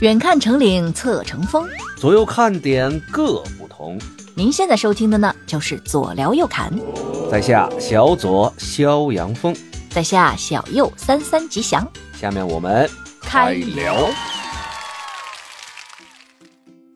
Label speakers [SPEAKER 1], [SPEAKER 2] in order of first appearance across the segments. [SPEAKER 1] 远看成岭侧成峰。
[SPEAKER 2] 左右看点各不同。
[SPEAKER 1] 您现在收听的呢，就是左聊右侃，
[SPEAKER 2] 在下小左肖阳峰，
[SPEAKER 1] 在下小右三三吉祥，
[SPEAKER 2] 下面我们
[SPEAKER 1] 开聊。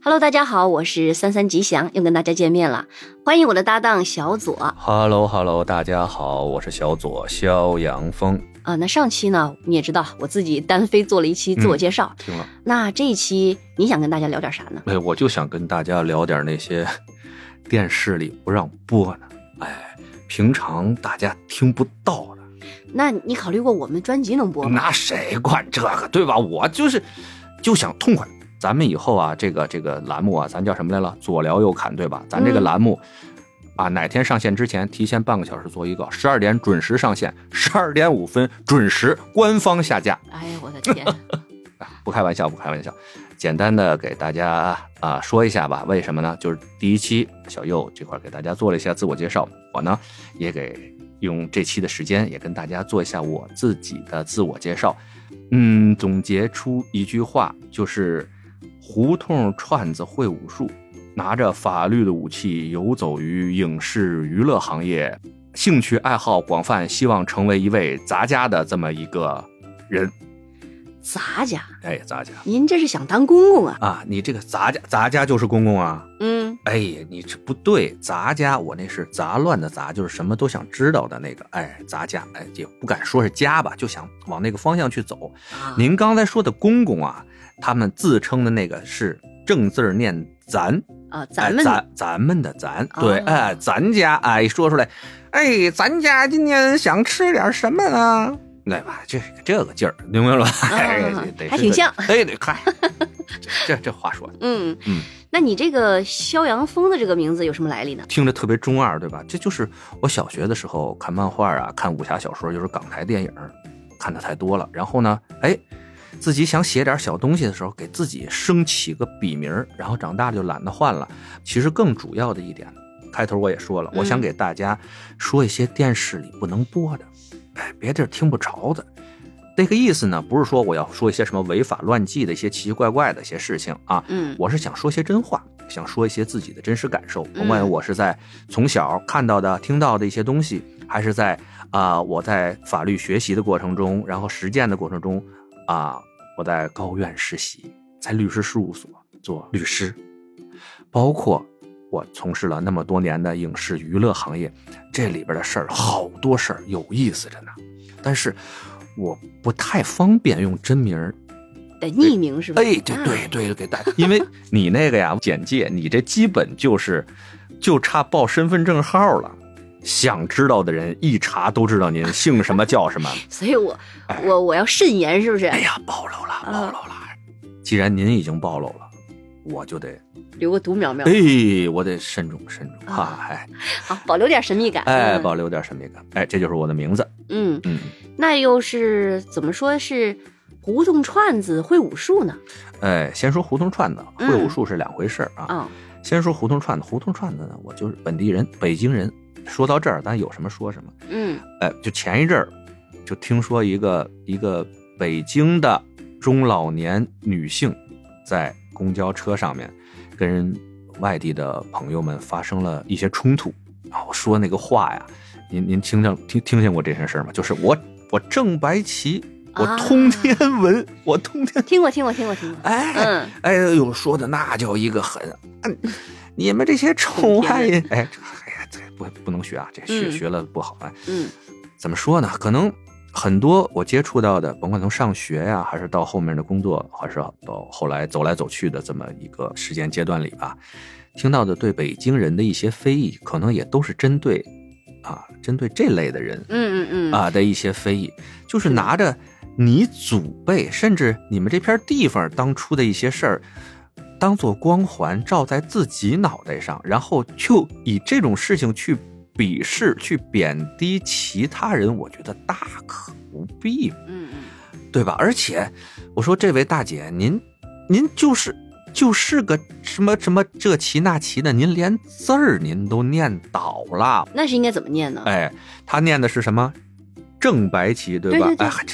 [SPEAKER 1] Hello，大家好，我是三三吉祥，又跟大家见面了，欢迎我的搭档小左。
[SPEAKER 2] Hello Hello，大家好，我是小左肖阳峰。
[SPEAKER 1] 啊，那上期呢，你也知道，我自己单飞做了一期自我介绍。
[SPEAKER 2] 听了，
[SPEAKER 1] 那这一期你想跟大家聊点啥呢？
[SPEAKER 2] 哎，我就想跟大家聊点那些电视里不让播的，哎，平常大家听不到的。
[SPEAKER 1] 那你考虑过我们专辑能播吗？
[SPEAKER 2] 那谁管这个，对吧？我就是就想痛快。咱们以后啊，这个这个栏目啊，咱叫什么来了？左聊右侃，对吧？咱这个
[SPEAKER 1] 嗯
[SPEAKER 2] 栏目、啊，哪天上线之前，提前半个小时做一个，十二点准时上线，十二点五分准时官方下架。
[SPEAKER 1] 哎呀，我的 天！
[SPEAKER 2] 不开玩笑，不开玩笑，简单的给大家啊、说一下吧。为什么呢？就是第一期小右这块给大家做了一下自我介绍，我呢也给用这期的时间也跟大家做一下我自己的自我介绍。嗯，总结出一句话就是：胡同串子会武术，拿着法律的武器游走于影视娱乐行业，兴趣爱好广泛，希望成为一位杂家的这么一个人。
[SPEAKER 1] 杂家，
[SPEAKER 2] 哎，杂家。
[SPEAKER 1] 您这是想当公公啊？
[SPEAKER 2] 啊，你这个杂家，杂家就是公公啊！
[SPEAKER 1] 嗯，
[SPEAKER 2] 哎呀，你这不对，杂家我那是杂乱的杂，就是什么都想知道的那个，哎，杂家，哎，也不敢说是家吧，就想往那个方向去走。
[SPEAKER 1] 啊
[SPEAKER 2] 您刚才说的公公啊，他们自称的那个是正字儿念咱，
[SPEAKER 1] 啊，咱
[SPEAKER 2] 哎
[SPEAKER 1] 们
[SPEAKER 2] 咱咱们的咱，对，
[SPEAKER 1] 哦
[SPEAKER 2] 哎，咱家，哎，说出来，哎，咱家今天想吃点什么呢？来吧，这这个劲儿，明白了吧？哎，得
[SPEAKER 1] 啊
[SPEAKER 2] 是
[SPEAKER 1] 还挺
[SPEAKER 2] 这
[SPEAKER 1] 像
[SPEAKER 2] 哎，得看，这这这话说的。
[SPEAKER 1] 嗯
[SPEAKER 2] 嗯，
[SPEAKER 1] 那你这个肖阳峰的这个名字有什么来历呢？
[SPEAKER 2] 听着特别中二，对吧？这就是我小学的时候看漫画啊，看武侠小说，就是港台电影，看的太多了。然后呢，哎，自己想写点小东西的时候，给自己生起个笔名儿，然后长大了就懒得换了。其实更主要的一点，开头我也说了，
[SPEAKER 1] 嗯
[SPEAKER 2] 我想给大家说一些电视里不能播的，哎，别地儿听不着的。那个意思呢，不是说我要说一些什么违法乱纪的一些奇奇怪怪的一些事情啊，
[SPEAKER 1] 嗯，
[SPEAKER 2] 我是想说些真话，想说一些自己的真实感受，
[SPEAKER 1] 嗯
[SPEAKER 2] 甭管我是在从小看到的、听到的一些东西，还是在啊、我在法律学习的过程中，然后实践的过程中，啊、我在高院实习，在律师事务所做律师，包括我从事了那么多年的影视娱乐行业，这里边的事儿好多事儿有意思着呢，但是我不太方便用真名儿
[SPEAKER 1] 得匿名是吧？嗯啊
[SPEAKER 2] 哎，对对对，给大家， 因为你那个呀，简介，你这基本就是，就差报身份证号了。想知道的人一查都知道 您姓什么叫什么。
[SPEAKER 1] 所以我我我要慎言，是不是？
[SPEAKER 2] 哎呀，暴露了，暴露了！
[SPEAKER 1] 嗯
[SPEAKER 2] 既然您已经暴露了，我就得，
[SPEAKER 1] 留个独苗苗，
[SPEAKER 2] 哎，我得慎重慎重啊
[SPEAKER 1] 啊！
[SPEAKER 2] 哎
[SPEAKER 1] 好，保留点神秘感。
[SPEAKER 2] 哎，
[SPEAKER 1] 嗯
[SPEAKER 2] 保留点神秘感。哎，这就是我的名字。
[SPEAKER 1] 嗯，
[SPEAKER 2] 嗯，
[SPEAKER 1] 那又是怎么说是胡同串子会武术呢？
[SPEAKER 2] 哎，先说胡同串子，会武
[SPEAKER 1] 嗯
[SPEAKER 2] 术是两回事儿啊。
[SPEAKER 1] 啊，
[SPEAKER 2] 先说胡同串子，胡同串子呢，我就是本地人，北京人。说到这儿，咱有什么说什么。
[SPEAKER 1] 嗯
[SPEAKER 2] 哎，就前一阵儿就听说一个一个北京的中老年女性在公交车上面跟外地的朋友们发生了一些冲突啊，我说那个话呀，您您听着听听见过这件事儿吗？就是我我郑白旗，我
[SPEAKER 1] 啊
[SPEAKER 2] 通天文，我通天，
[SPEAKER 1] 听过听过听过听过。
[SPEAKER 2] 哎，
[SPEAKER 1] 嗯，
[SPEAKER 2] 哎呦，说的那叫一个狠！嗯你们这些臭外人，哎，这哎呀，这不不能学啊，这学、
[SPEAKER 1] 嗯
[SPEAKER 2] 学了不好哎。
[SPEAKER 1] 嗯，
[SPEAKER 2] 怎么说呢？可能很多我接触到的，甭管从上学呀、还是到后面的工作，还是到后来走来走去的这么一个时间阶段里吧，听到的对北京人的一些非议，可能也都是针对啊，针对这类的人。
[SPEAKER 1] 嗯嗯嗯
[SPEAKER 2] 啊的一些非议，就是拿着你祖辈甚至你们这片地方当初的一些事儿，当做光环照在自己脑袋上，然后就以这种事情去鄙视、去贬低其他人，我觉得大可不必
[SPEAKER 1] 嗯嗯，
[SPEAKER 2] 对吧？而且我说这位大姐，您您就是就是个什么什么这棋那棋的，您连字儿您都念倒了，
[SPEAKER 1] 那是应该怎么念呢？
[SPEAKER 2] 哎，他念的是什么？正白旗对吧？
[SPEAKER 1] 对对对
[SPEAKER 2] 哎，这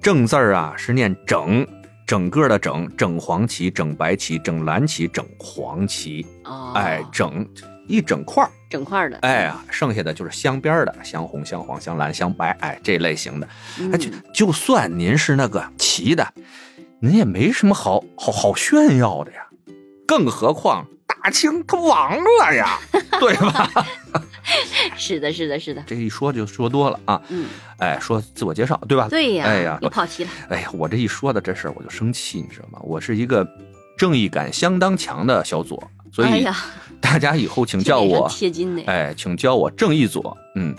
[SPEAKER 2] 正字儿啊是念整，整个的整，整黄旗、整白旗、整蓝旗、整黄旗，
[SPEAKER 1] 哦，
[SPEAKER 2] 哎，整一整块儿，
[SPEAKER 1] 整块儿的，
[SPEAKER 2] 哎呀，剩下的就是镶边儿的，镶红、镶黄、镶蓝、镶白，哎，这类型的。
[SPEAKER 1] 嗯
[SPEAKER 2] 哎，就就算您是那个旗的，您也没什么好好好炫耀的呀，更何况大清他亡了 呀，对吧？
[SPEAKER 1] 是的，是的，是的，
[SPEAKER 2] 这一说就说多了啊，
[SPEAKER 1] 嗯，
[SPEAKER 2] 哎，说自我介绍，对吧？
[SPEAKER 1] 对呀，
[SPEAKER 2] 哎呀
[SPEAKER 1] 又跑题了，
[SPEAKER 2] 哎呀，我这一说到这事儿我就生气，你知道吗？我是一个正义感相当强的小左，所
[SPEAKER 1] 哎
[SPEAKER 2] 以
[SPEAKER 1] 呀，
[SPEAKER 2] 大家以后请叫
[SPEAKER 1] 这脸上
[SPEAKER 2] 我，
[SPEAKER 1] 贴金呢，
[SPEAKER 2] 哎，请叫我正义左。嗯，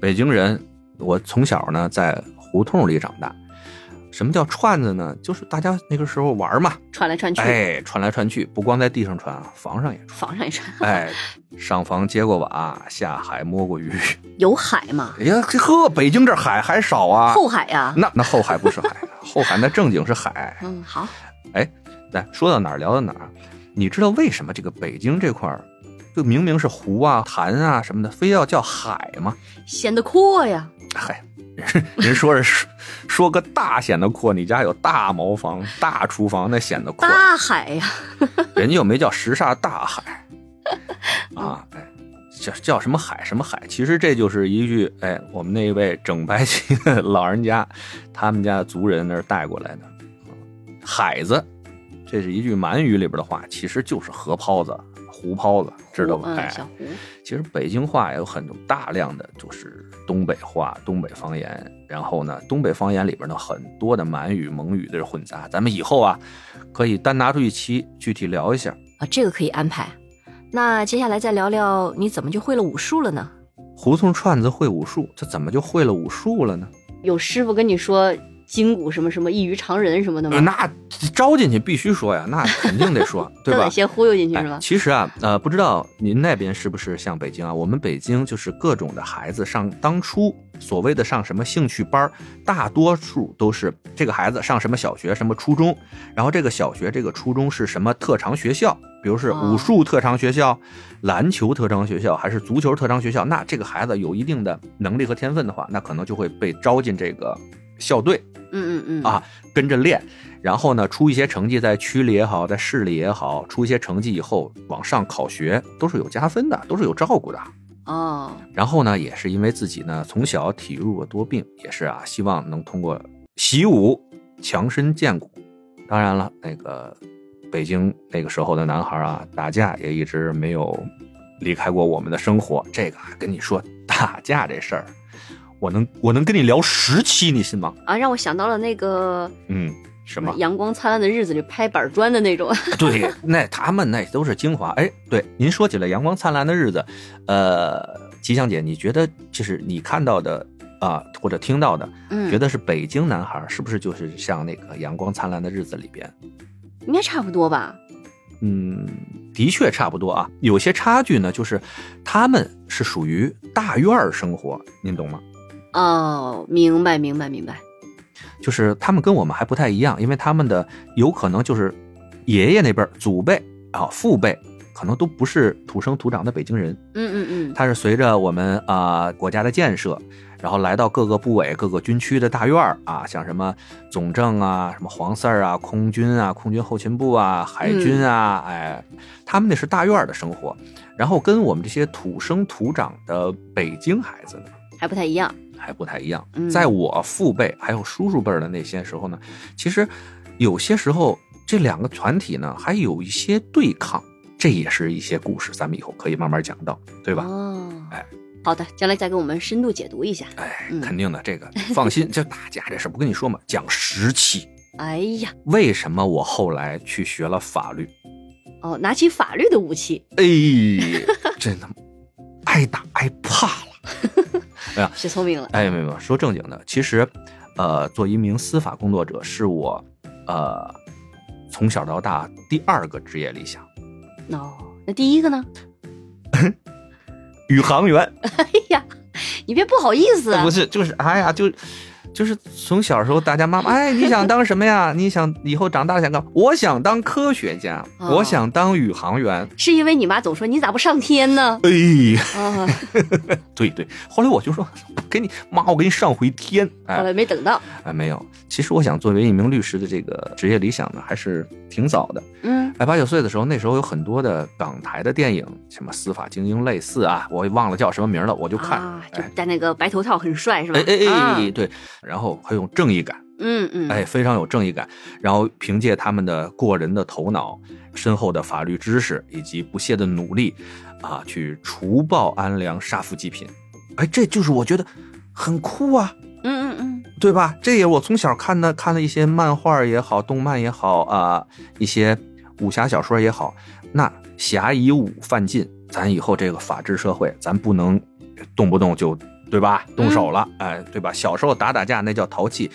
[SPEAKER 2] 北京人，我从小呢在胡同里长大。什么叫串子呢？就是大家那个时候玩嘛，
[SPEAKER 1] 穿来穿去，
[SPEAKER 2] 哎，串来串去，不光在地上串啊，房上也串。
[SPEAKER 1] 房上也穿，
[SPEAKER 2] 哎，上房接过瓦，下海摸过鱼。
[SPEAKER 1] 有海吗？
[SPEAKER 2] 哎呀，这呵，北京这海还少啊？
[SPEAKER 1] 后海呀，
[SPEAKER 2] 那那后海不是海，啊后海那正经是海。
[SPEAKER 1] 嗯，好，
[SPEAKER 2] 来说到哪儿聊到哪儿啊，你知道为什么这个北京这块儿，就明明是湖啊、潭啊什么的，非要叫海吗？
[SPEAKER 1] 显得阔呀，
[SPEAKER 2] 嗨，人说是说个大显得阔，你家有大茅房、大厨房，那显得阔，
[SPEAKER 1] 大海呀，
[SPEAKER 2] 人家又没叫什刹大海啊，哎。叫叫什么海什么海？其实这就是一句，哎，我们那一位整白旗的老人家，他们家族人那儿带过来的。海子，这是一句满语里边的话，其实就是河泡子、湖泡子，知道
[SPEAKER 1] 湖
[SPEAKER 2] 吧？
[SPEAKER 1] 嗯，
[SPEAKER 2] 哎，
[SPEAKER 1] 小湖，
[SPEAKER 2] 其实北京话也有很多大量的就是东北话、东北方言，然后呢，东北方言里边呢很多的满语、蒙语的混杂。咱们以后啊，可以单拿出一期具体聊一下。
[SPEAKER 1] 啊，这个可以安排。那接下来再聊聊你怎么就会了武术了呢？
[SPEAKER 2] 胡同串子会武术，这怎么就会了武术了呢？
[SPEAKER 1] 有师傅跟你说筋骨什么什么异于常人什么的吗？
[SPEAKER 2] 嗯那招进去必须说呀，那肯定得说，对
[SPEAKER 1] 都
[SPEAKER 2] 吧
[SPEAKER 1] 得？先忽悠进去是
[SPEAKER 2] 哎
[SPEAKER 1] 吧？
[SPEAKER 2] 其实啊，呃，不知道您那边是不是像北京啊？我们北京就是各种的孩子上当初所谓的上什么兴趣班儿，大多数都是这个孩子上什么小学、什么初中，然后这个小学、这个初中是什么特长学校，比如是
[SPEAKER 1] 哦
[SPEAKER 2] 武术特长学校、篮球特长学校还是足球特长学校。那这个孩子有一定的能力和天分的话，那可能就会被招进这个校队。
[SPEAKER 1] 嗯嗯嗯
[SPEAKER 2] 啊跟着练，然后呢出一些成绩，在区里也好，在市里也好，出一些成绩以后往上考学都是有加分的，都是有照顾的。
[SPEAKER 1] 哦，
[SPEAKER 2] 然后呢，也是因为自己呢从小体弱多病，也是啊，希望能通过习武强身健骨。当然了，那个北京那个时候的男孩啊，打架也一直没有 离开过我们的生活。这个啊跟你说打架这事儿，我能我能跟你聊十期，你信吗？
[SPEAKER 1] 啊，让我想到了那个
[SPEAKER 2] 嗯，什么？
[SPEAKER 1] 阳光灿烂的日子》里拍板砖的那种。
[SPEAKER 2] 对，那他们那都是精华。哎，对，您说起了阳光灿烂的日子，呃，吉祥姐，你觉得就是你看到的啊、或者听到的，
[SPEAKER 1] 嗯，
[SPEAKER 2] 觉得是北京男孩，是不是就是像那个《阳光灿烂的日子》里边？
[SPEAKER 1] 应该差不多吧？
[SPEAKER 2] 嗯，的确差不多啊，有些差距呢，就是他们是属于大院儿生活，您懂吗？
[SPEAKER 1] 哦，明白明白明白。
[SPEAKER 2] 就是他们跟我们还不太一样，因为他们的有可能就是爷爷那辈儿、祖辈啊、父辈，可能都不是土生土长的北京人。
[SPEAKER 1] 嗯嗯嗯，
[SPEAKER 2] 它是随着我们啊、国家的建设，然后来到各个部委、各个军区的大院儿啊，像什么总政啊、什么黄四儿啊、空军啊、空军后勤部啊、海军啊，哎，他们那是大院儿的生活，然后跟我们这些土生土长的北京孩子呢。
[SPEAKER 1] 还不太一样。
[SPEAKER 2] 还不太一样
[SPEAKER 1] 嗯。
[SPEAKER 2] 在我父辈还有叔叔辈儿的那些时候呢，其实有些时候这两个团体呢还有一些对抗，这也是一些故事，咱们以后可以慢慢讲到，对吧？
[SPEAKER 1] 哦，
[SPEAKER 2] 哎
[SPEAKER 1] 好的，将来再给我们深度解读一下。
[SPEAKER 2] 哎
[SPEAKER 1] 嗯，
[SPEAKER 2] 肯定的，这个放心，这打架这事儿不跟你说嘛，讲实期。
[SPEAKER 1] 哎呀，
[SPEAKER 2] 为什么我后来去学了法律？
[SPEAKER 1] 哦，拿起法律的武器，
[SPEAKER 2] 哎，真他妈挨打挨怕了。
[SPEAKER 1] 学聪明了。
[SPEAKER 2] 哎，没有没有，说正经的，其实，呃，做一名司法工作者是我，呃，从小到大第二个职业理想，
[SPEAKER 1] 哦，那第一个呢？
[SPEAKER 2] 宇航员。
[SPEAKER 1] 哎呀，你别不好意思啊啊
[SPEAKER 2] 不。是，就是哎呀，就就是从小时候大家妈妈，哎，你想当什么呀？你想以后长大想干？我想当科学家，
[SPEAKER 1] 哦
[SPEAKER 2] 我想当宇航员。
[SPEAKER 1] 是因为你妈总说你咋不上天呢？
[SPEAKER 2] 哎，
[SPEAKER 1] 啊，
[SPEAKER 2] 对对。后来我就说， 给你妈，我给你上回天。
[SPEAKER 1] 后
[SPEAKER 2] 哎
[SPEAKER 1] 来没等到，
[SPEAKER 2] 哎，没有。其实我想作为一名律师的这个职业理想呢，还是挺早的。
[SPEAKER 1] 嗯
[SPEAKER 2] 哎，八九岁的时候，那时候有很多的港台的电影，什么《司法精英》类似啊，我也忘了叫什么名了，我就看。
[SPEAKER 1] 啊，就
[SPEAKER 2] 哎
[SPEAKER 1] 戴那个白头套很帅是吧？
[SPEAKER 2] 哎哎
[SPEAKER 1] 啊
[SPEAKER 2] 哎，对，然后很有正义感。
[SPEAKER 1] 嗯嗯，
[SPEAKER 2] 哎，非常有正义感。然后凭借他们的过人的头脑、深厚的法律知识以及不懈的努力，啊，去除暴安良、杀富济贫。哎，这就是我觉得很酷啊，
[SPEAKER 1] 嗯嗯嗯，
[SPEAKER 2] 对吧？这也我从小看的看了一些漫画也好，动漫也好啊、一些武侠小说也好。那侠以武犯禁，咱以后这个法治社会，咱不能动不动就对吧动手了，哎，对吧？小时候打打架那叫淘气。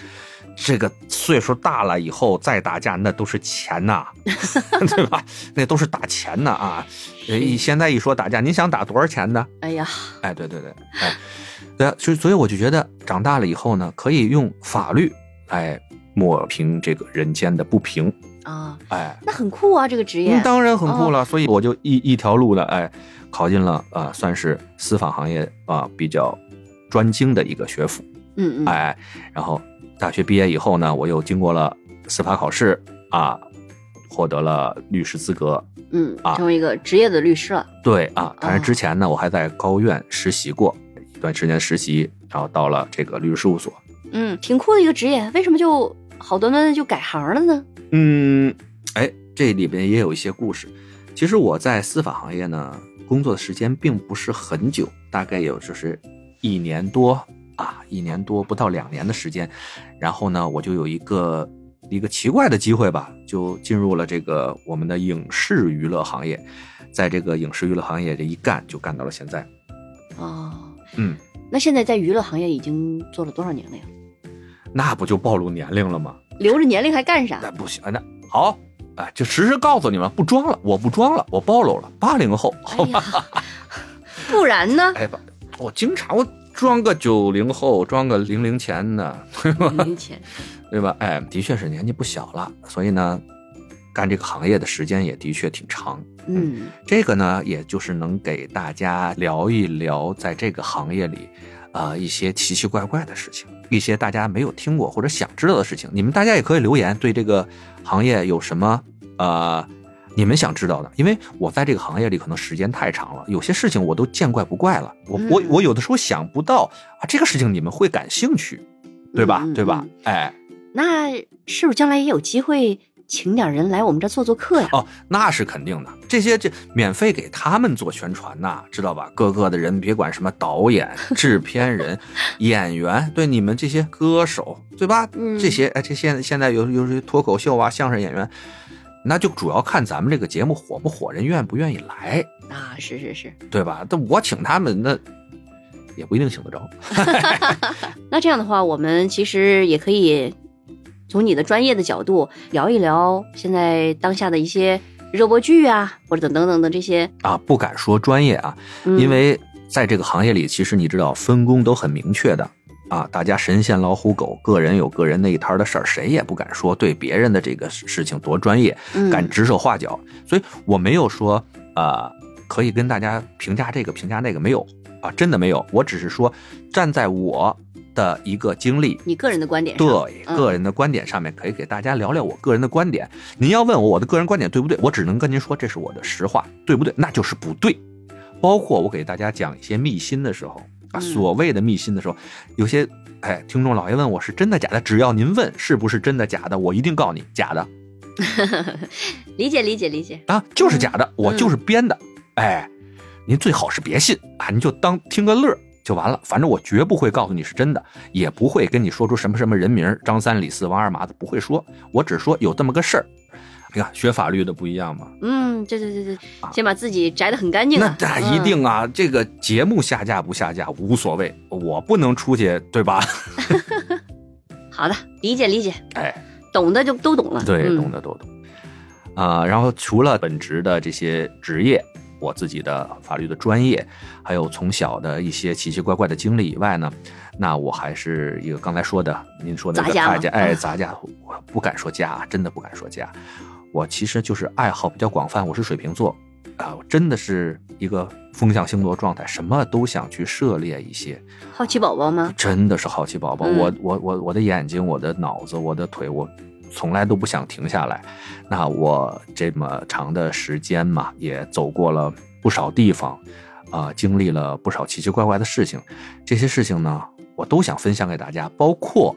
[SPEAKER 2] 这个岁数大了以后再打架，那都是钱呐、对吧？那都是打钱呐啊！哎，现在一说打架，您想打多少钱呢？
[SPEAKER 1] 哎呀，
[SPEAKER 2] 哎，对对对，哎，对啊，所以所以我就觉得长大了以后呢，可以用法律来抹平这个人间的不平，
[SPEAKER 1] 啊，
[SPEAKER 2] 哎，
[SPEAKER 1] 那很酷啊，这个职业
[SPEAKER 2] 嗯，，当然很酷了。所以我就一一条路的，哎，考进了啊、呃算是司法行业啊、比较专精的一个学府，
[SPEAKER 1] 嗯嗯，
[SPEAKER 2] 哎，然后大学毕业以后呢，我又经过了司法考试啊，获得了律师资格。
[SPEAKER 1] 嗯
[SPEAKER 2] 啊，
[SPEAKER 1] 成为一个职业的律师了，
[SPEAKER 2] 对啊，当然
[SPEAKER 1] 哦
[SPEAKER 2] 之前呢，我还在高院实习过一段时间实习，然后到了这个律师事务所。
[SPEAKER 1] 嗯，挺酷的一个职业，为什么就好端端的就改行了呢？
[SPEAKER 2] 嗯，哎，这里边也有一些故事。其实我在司法行业呢，工作的时间并不是很久，大概有就是一年多啊，一年多不到两年的时间。然后呢，我就有一个一个奇怪的机会吧，就进入了这个我们的影视娱乐行业，在这个影视娱乐行业这一干就干到了现在。
[SPEAKER 1] 哦，
[SPEAKER 2] 嗯，
[SPEAKER 1] 那现在在娱乐行业已经做了多少年了呀？
[SPEAKER 2] 那不就暴露年龄了吗？
[SPEAKER 1] 留着年龄还干
[SPEAKER 2] 那
[SPEAKER 1] 啥？
[SPEAKER 2] 不行，那好。哎，就实时告诉你们，不装了，我不装了，我暴露了，八零后，
[SPEAKER 1] 哎呀，不然呢？
[SPEAKER 2] 哎吧，我经常我装个九零后，装个零零前的，
[SPEAKER 1] 没钱，
[SPEAKER 2] 对吧？哎，的确是年纪不小了，所以呢，干这个行业的时间也的确挺长。
[SPEAKER 1] 嗯
[SPEAKER 2] 这个呢，也就是能给大家聊一聊在这个行业里，啊、一些奇奇怪怪的事情，一些大家没有听过或者想知道的事情。你们大家也可以留言，对这个行业有什么呃你们想知道的？因为我在这个行业里可能时间太长了，有些事情我都见怪不怪了。我我
[SPEAKER 1] 嗯
[SPEAKER 2] 我有的时候想不到啊，这个事情你们会感兴趣，对吧？
[SPEAKER 1] 嗯嗯
[SPEAKER 2] 对吧
[SPEAKER 1] 嗯？
[SPEAKER 2] 哎。
[SPEAKER 1] 那是不是将来也有机会请点人来我们这做做客呀？
[SPEAKER 2] 哦，那是肯定的，这些这免费给他们做宣传呐、知道吧？各个的人，别管什么导演、制片人、演员，对你们这些歌手，对吧？
[SPEAKER 1] 嗯
[SPEAKER 2] 这些哎，这现现在有有些脱口秀啊、相声演员，那就主要看咱们这个节目火不火，人愿不愿意来，
[SPEAKER 1] 啊，是是是。
[SPEAKER 2] 对吧？但我请他们，那也不一定请得着。
[SPEAKER 1] 那这样的话，我们其实也可以从你的专业的角度聊一聊现在当下的一些热播剧啊，或者等等等的这些，
[SPEAKER 2] 啊，不敢说专业啊，
[SPEAKER 1] 嗯、
[SPEAKER 2] 因为在这个行业里，其实你知道分工都很明确的啊，大家神仙老虎狗，个人有个人那一摊儿的事儿，谁也不敢说对别人的这个事情多专业，
[SPEAKER 1] 嗯
[SPEAKER 2] 敢指手画脚，所以我没有说啊、呃可以跟大家评价这个评价那个没有啊，真的没有，我只是说站在我的一个经历。
[SPEAKER 1] 你个人的观点上，
[SPEAKER 2] 对
[SPEAKER 1] 嗯
[SPEAKER 2] 个人的观点上面，可以给大家聊聊我个人的观点。您要问我我的个人观点对不对，我只能跟您说这是我的实话，对不对？那就是不对。包括我给大家讲一些秘辛的时候啊，
[SPEAKER 1] 嗯
[SPEAKER 2] 所谓的秘辛的时候，有些哎，听众老爷问我是真的假的，只要您问是不是真的假的，我一定告诉你假的
[SPEAKER 1] 理解理解理解，
[SPEAKER 2] 啊，就是假的，我就是编的。哎，您最好是别信啊，您就当听个乐儿就完了。反正我绝不会告诉你是真的，也不会跟你说出什么什么人名儿，张三李四王二麻子不会说，我只说有这么个事儿。你看学法律的不一样嘛，
[SPEAKER 1] 嗯，对对对对，先把自己摘得很干净
[SPEAKER 2] 那
[SPEAKER 1] 啊，
[SPEAKER 2] 那
[SPEAKER 1] 嗯
[SPEAKER 2] 一，定啊，这个节目下架不下架无所谓，我不能出去，对吧？
[SPEAKER 1] 好的，理解理解，
[SPEAKER 2] 哎，
[SPEAKER 1] 懂的就都懂了，
[SPEAKER 2] 对，
[SPEAKER 1] 嗯
[SPEAKER 2] 懂得都懂。啊、然后除了本职的这些职业我自己的法律的专业，还有从小的一些奇奇怪怪的经历以外呢，那我还是一个刚才说的，您说那个
[SPEAKER 1] 杂家嘛
[SPEAKER 2] 大家哎
[SPEAKER 1] 啊
[SPEAKER 2] 杂家，我不敢说家，真的不敢说家。我其实就是爱好比较广泛，我是水瓶座，啊，我真的是一个风象星座状态，什么都想去涉猎一些，
[SPEAKER 1] 好奇宝宝吗？
[SPEAKER 2] 真的是好奇宝宝。
[SPEAKER 1] 嗯
[SPEAKER 2] 我我我我的眼睛、我的脑子、我的腿，我从来都不想停下来。那我这么长的时间嘛，也走过了不少地方，啊、经历了不少奇奇怪怪的事情。这些事情呢，我都想分享给大家，包括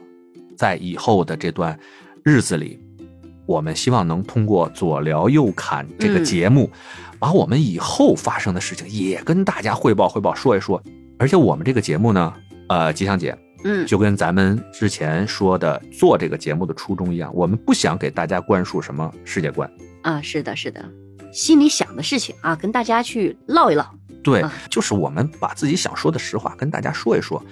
[SPEAKER 2] 在以后的这段日子里。我们希望能通过“左聊右侃”这个
[SPEAKER 1] 嗯
[SPEAKER 2] 节目，把我们以后发生的事情也跟大家汇报汇报，说一说。而且我们这个节目呢，呃，吉祥姐
[SPEAKER 1] 嗯，
[SPEAKER 2] 就跟咱们之前说的做这个节目的初衷一样，我们不想给大家灌输什么世界观。
[SPEAKER 1] 啊，是的，是的，心里想的事情啊，跟大家去唠一唠。
[SPEAKER 2] 对
[SPEAKER 1] 啊，
[SPEAKER 2] 就是我们把自己想说的实话跟大家说一说，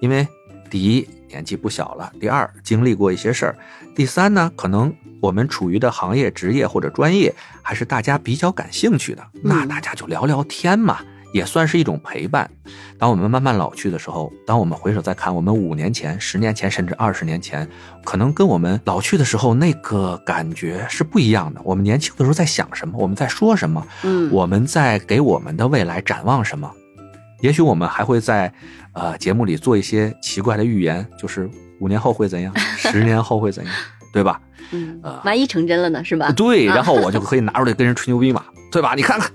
[SPEAKER 2] 因为第一年纪不小了，第二经历过一些事儿，第三呢，可能我们处于的行业、职业或者专业还是大家比较感兴趣的，那
[SPEAKER 1] 嗯
[SPEAKER 2] 大家就聊聊天嘛，也算是一种陪伴。当我们慢慢老去的时候，当我们回首再看我们五年前、十年前甚至二十年前，可能跟我们老去的时候那个感觉是不一样的。我们年轻的时候在想什么，我们在说什么，
[SPEAKER 1] 嗯，
[SPEAKER 2] 我们在给我们的未来展望什么？也许我们还会在，呃，节目里做一些奇怪的预言，就是五年后会 怎样，十年后会怎样，对吧？
[SPEAKER 1] 嗯
[SPEAKER 2] 啊
[SPEAKER 1] 万一成真了呢，是吧？
[SPEAKER 2] 对，然后我就可以拿出来跟人吹牛逼嘛，对吧？你看看，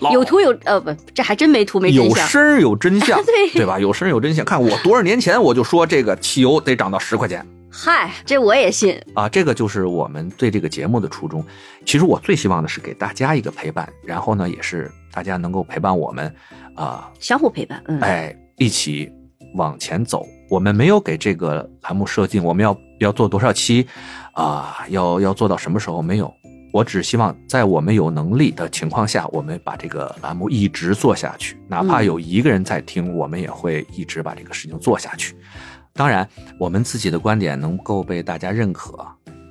[SPEAKER 2] 老
[SPEAKER 1] 有图有呃不，这还真没图没真
[SPEAKER 2] 有
[SPEAKER 1] 相。，
[SPEAKER 2] 声儿有真相
[SPEAKER 1] 对
[SPEAKER 2] 吧？有声儿有真相。看我多少年前我就说这个汽油得涨到十块钱
[SPEAKER 1] 嗨，这我也信。
[SPEAKER 2] 啊，这个就是我们对这个节目的初衷。其实我最希望的是给大家一个陪伴，然后呢，也是大家能够陪伴我们，啊、
[SPEAKER 1] 相互陪伴，嗯，
[SPEAKER 2] 哎，一起往前走。我们没有给这个栏目设定我们要要做多少期，啊、要要做到什么时候？没有，我只希望在我们有能力的情况下，我们把这个栏目一直做下去，哪怕
[SPEAKER 1] 嗯
[SPEAKER 2] 有一个人在听，我们也会一直把这个事情做下去。当然，我们自己的观点能够被大家认可，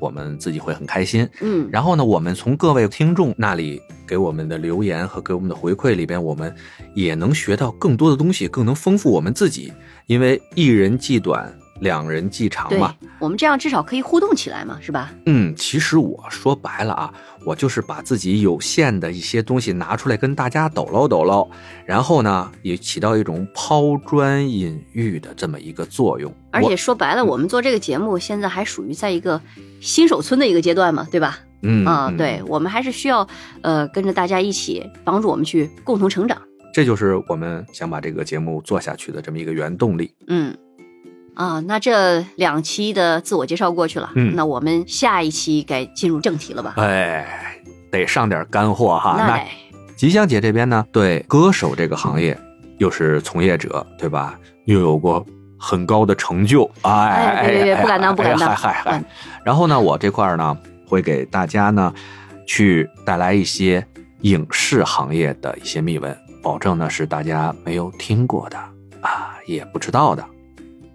[SPEAKER 2] 我们自己会很开心。
[SPEAKER 1] 嗯，
[SPEAKER 2] 然后呢，我们从各位听众那里给我们的留言和给我们的回馈里边，我们也能学到更多的东西，更能丰富我们自己。因为一人计短，两人计长
[SPEAKER 1] 对
[SPEAKER 2] 嘛。，
[SPEAKER 1] 我们这样至少可以互动起来嘛，是吧？
[SPEAKER 2] 嗯，其实我说白了啊，我就是把自己有限的一些东西拿出来跟大家抖搂抖搂，然后呢，也起到一种抛砖引玉的这么一个作用。
[SPEAKER 1] 而
[SPEAKER 2] 我嗯
[SPEAKER 1] 且说白了，我们做这个节目现在还属于在一个新手村的一个阶段嘛，对吧？
[SPEAKER 2] 嗯
[SPEAKER 1] 啊，
[SPEAKER 2] 嗯
[SPEAKER 1] 对，我们还是需要呃跟着大家一起帮助我们去共同成长，
[SPEAKER 2] 这就是我们想把这个节目做下去的这么一个原动力。
[SPEAKER 1] 嗯。啊，那这两期的自我介绍过去了，
[SPEAKER 2] 嗯
[SPEAKER 1] 那我们下一期该进入正题了吧？
[SPEAKER 2] 哎，得上点干货哈。
[SPEAKER 1] 那得，
[SPEAKER 2] 吉祥姐这边呢，对歌手这个行业又是从业者，对吧？又有过很高的成就，哎
[SPEAKER 1] 哎别别别不敢当
[SPEAKER 2] 哎
[SPEAKER 1] 不敢当
[SPEAKER 2] 嗨嗨嗨
[SPEAKER 1] 嗯。
[SPEAKER 2] 然后呢，我这块儿呢，会给大家呢，去带来一些影视行业的一些秘闻，保证呢是大家没有听过的啊，也不知道的。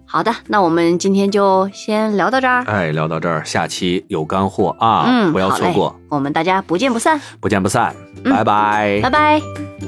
[SPEAKER 1] 好的，那我们今天就先聊到这儿，
[SPEAKER 2] 哎，聊到这儿，下期有干货啊，
[SPEAKER 1] 嗯，
[SPEAKER 2] 不要
[SPEAKER 1] 好
[SPEAKER 2] 错
[SPEAKER 1] 嘞
[SPEAKER 2] 过，，哎
[SPEAKER 1] 我们大家不见不散，
[SPEAKER 2] 不见不散，
[SPEAKER 1] 嗯
[SPEAKER 2] 拜拜
[SPEAKER 1] 拜拜。
[SPEAKER 3] 「